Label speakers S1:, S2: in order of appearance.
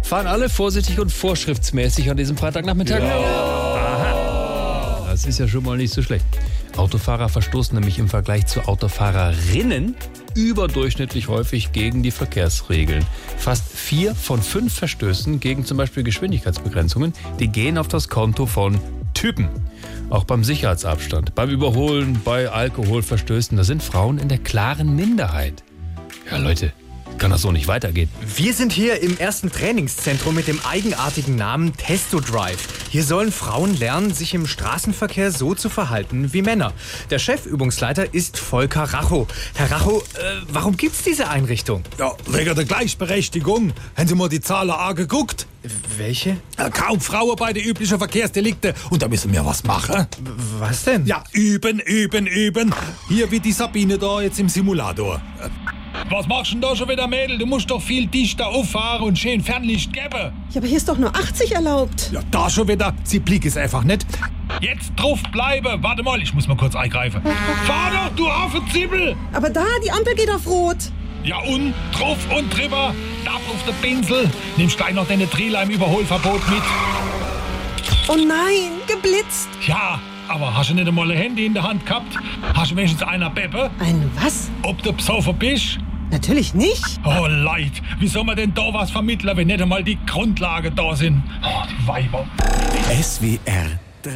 S1: fahren alle vorsichtig und vorschriftsmäßig an diesem Freitagnachmittag. Aha. Das ist ja schon mal nicht so schlecht. Autofahrer verstoßen nämlich im Vergleich zu Autofahrerinnen überdurchschnittlich häufig gegen die Verkehrsregeln. Fast vier von fünf Verstößen gegen zum Beispiel Geschwindigkeitsbegrenzungen, die gehen auf das Konto von Typen. Auch beim Sicherheitsabstand, beim Überholen, bei Alkoholverstößen, da sind Frauen in der klaren Minderheit. Ja Leute, kann das so nicht weitergehen.
S2: Wir sind hier im ersten Trainingszentrum mit dem eigenartigen Namen Testo Drive. Hier sollen Frauen lernen, sich im Straßenverkehr so zu verhalten wie Männer. Der Chefübungsleiter ist Volker Racho. Herr Racho, äh, warum gibt's diese Einrichtung?
S3: Ja, wegen der Gleichberechtigung. Haben Sie mal die Zahlen angeguckt?
S2: Welche?
S3: Äh, Kaum Frauen bei den üblichen Verkehrsdelikten. Und da müssen wir was machen.
S2: Was denn?
S3: Ja, üben, üben, üben. Hier wie die Sabine da jetzt im Simulator. Äh, Was machst du denn da schon wieder, Mädel? Du musst doch viel dichter auffahren und schön Fernlicht geben.
S4: Ja, aber hier ist doch nur 80 erlaubt.
S3: Ja, da schon wieder. Sie blickt es einfach nicht. Jetzt drauf bleiben. Warte mal, ich muss mal kurz eingreifen. Fahr doch, du Affenzippel!
S4: Aber da, die Ampel geht auf Rot.
S3: Ja und, drauf und drüber, ab auf den Pinsel. Nimmst gleich noch deine Trila im Überholverbot mit.
S4: Oh nein, geblitzt.
S3: Ja, aber hast du nicht einmal ein Handy in der Hand gehabt? Hast du wenigstens einer Beppe?
S4: Ein was?
S3: Ob du besoffen bist?
S4: Natürlich nicht.
S3: Oh leid, wie soll man denn da was vermitteln, wenn nicht einmal die Grundlage da sind? Oh, die Weiber.
S5: SWR 3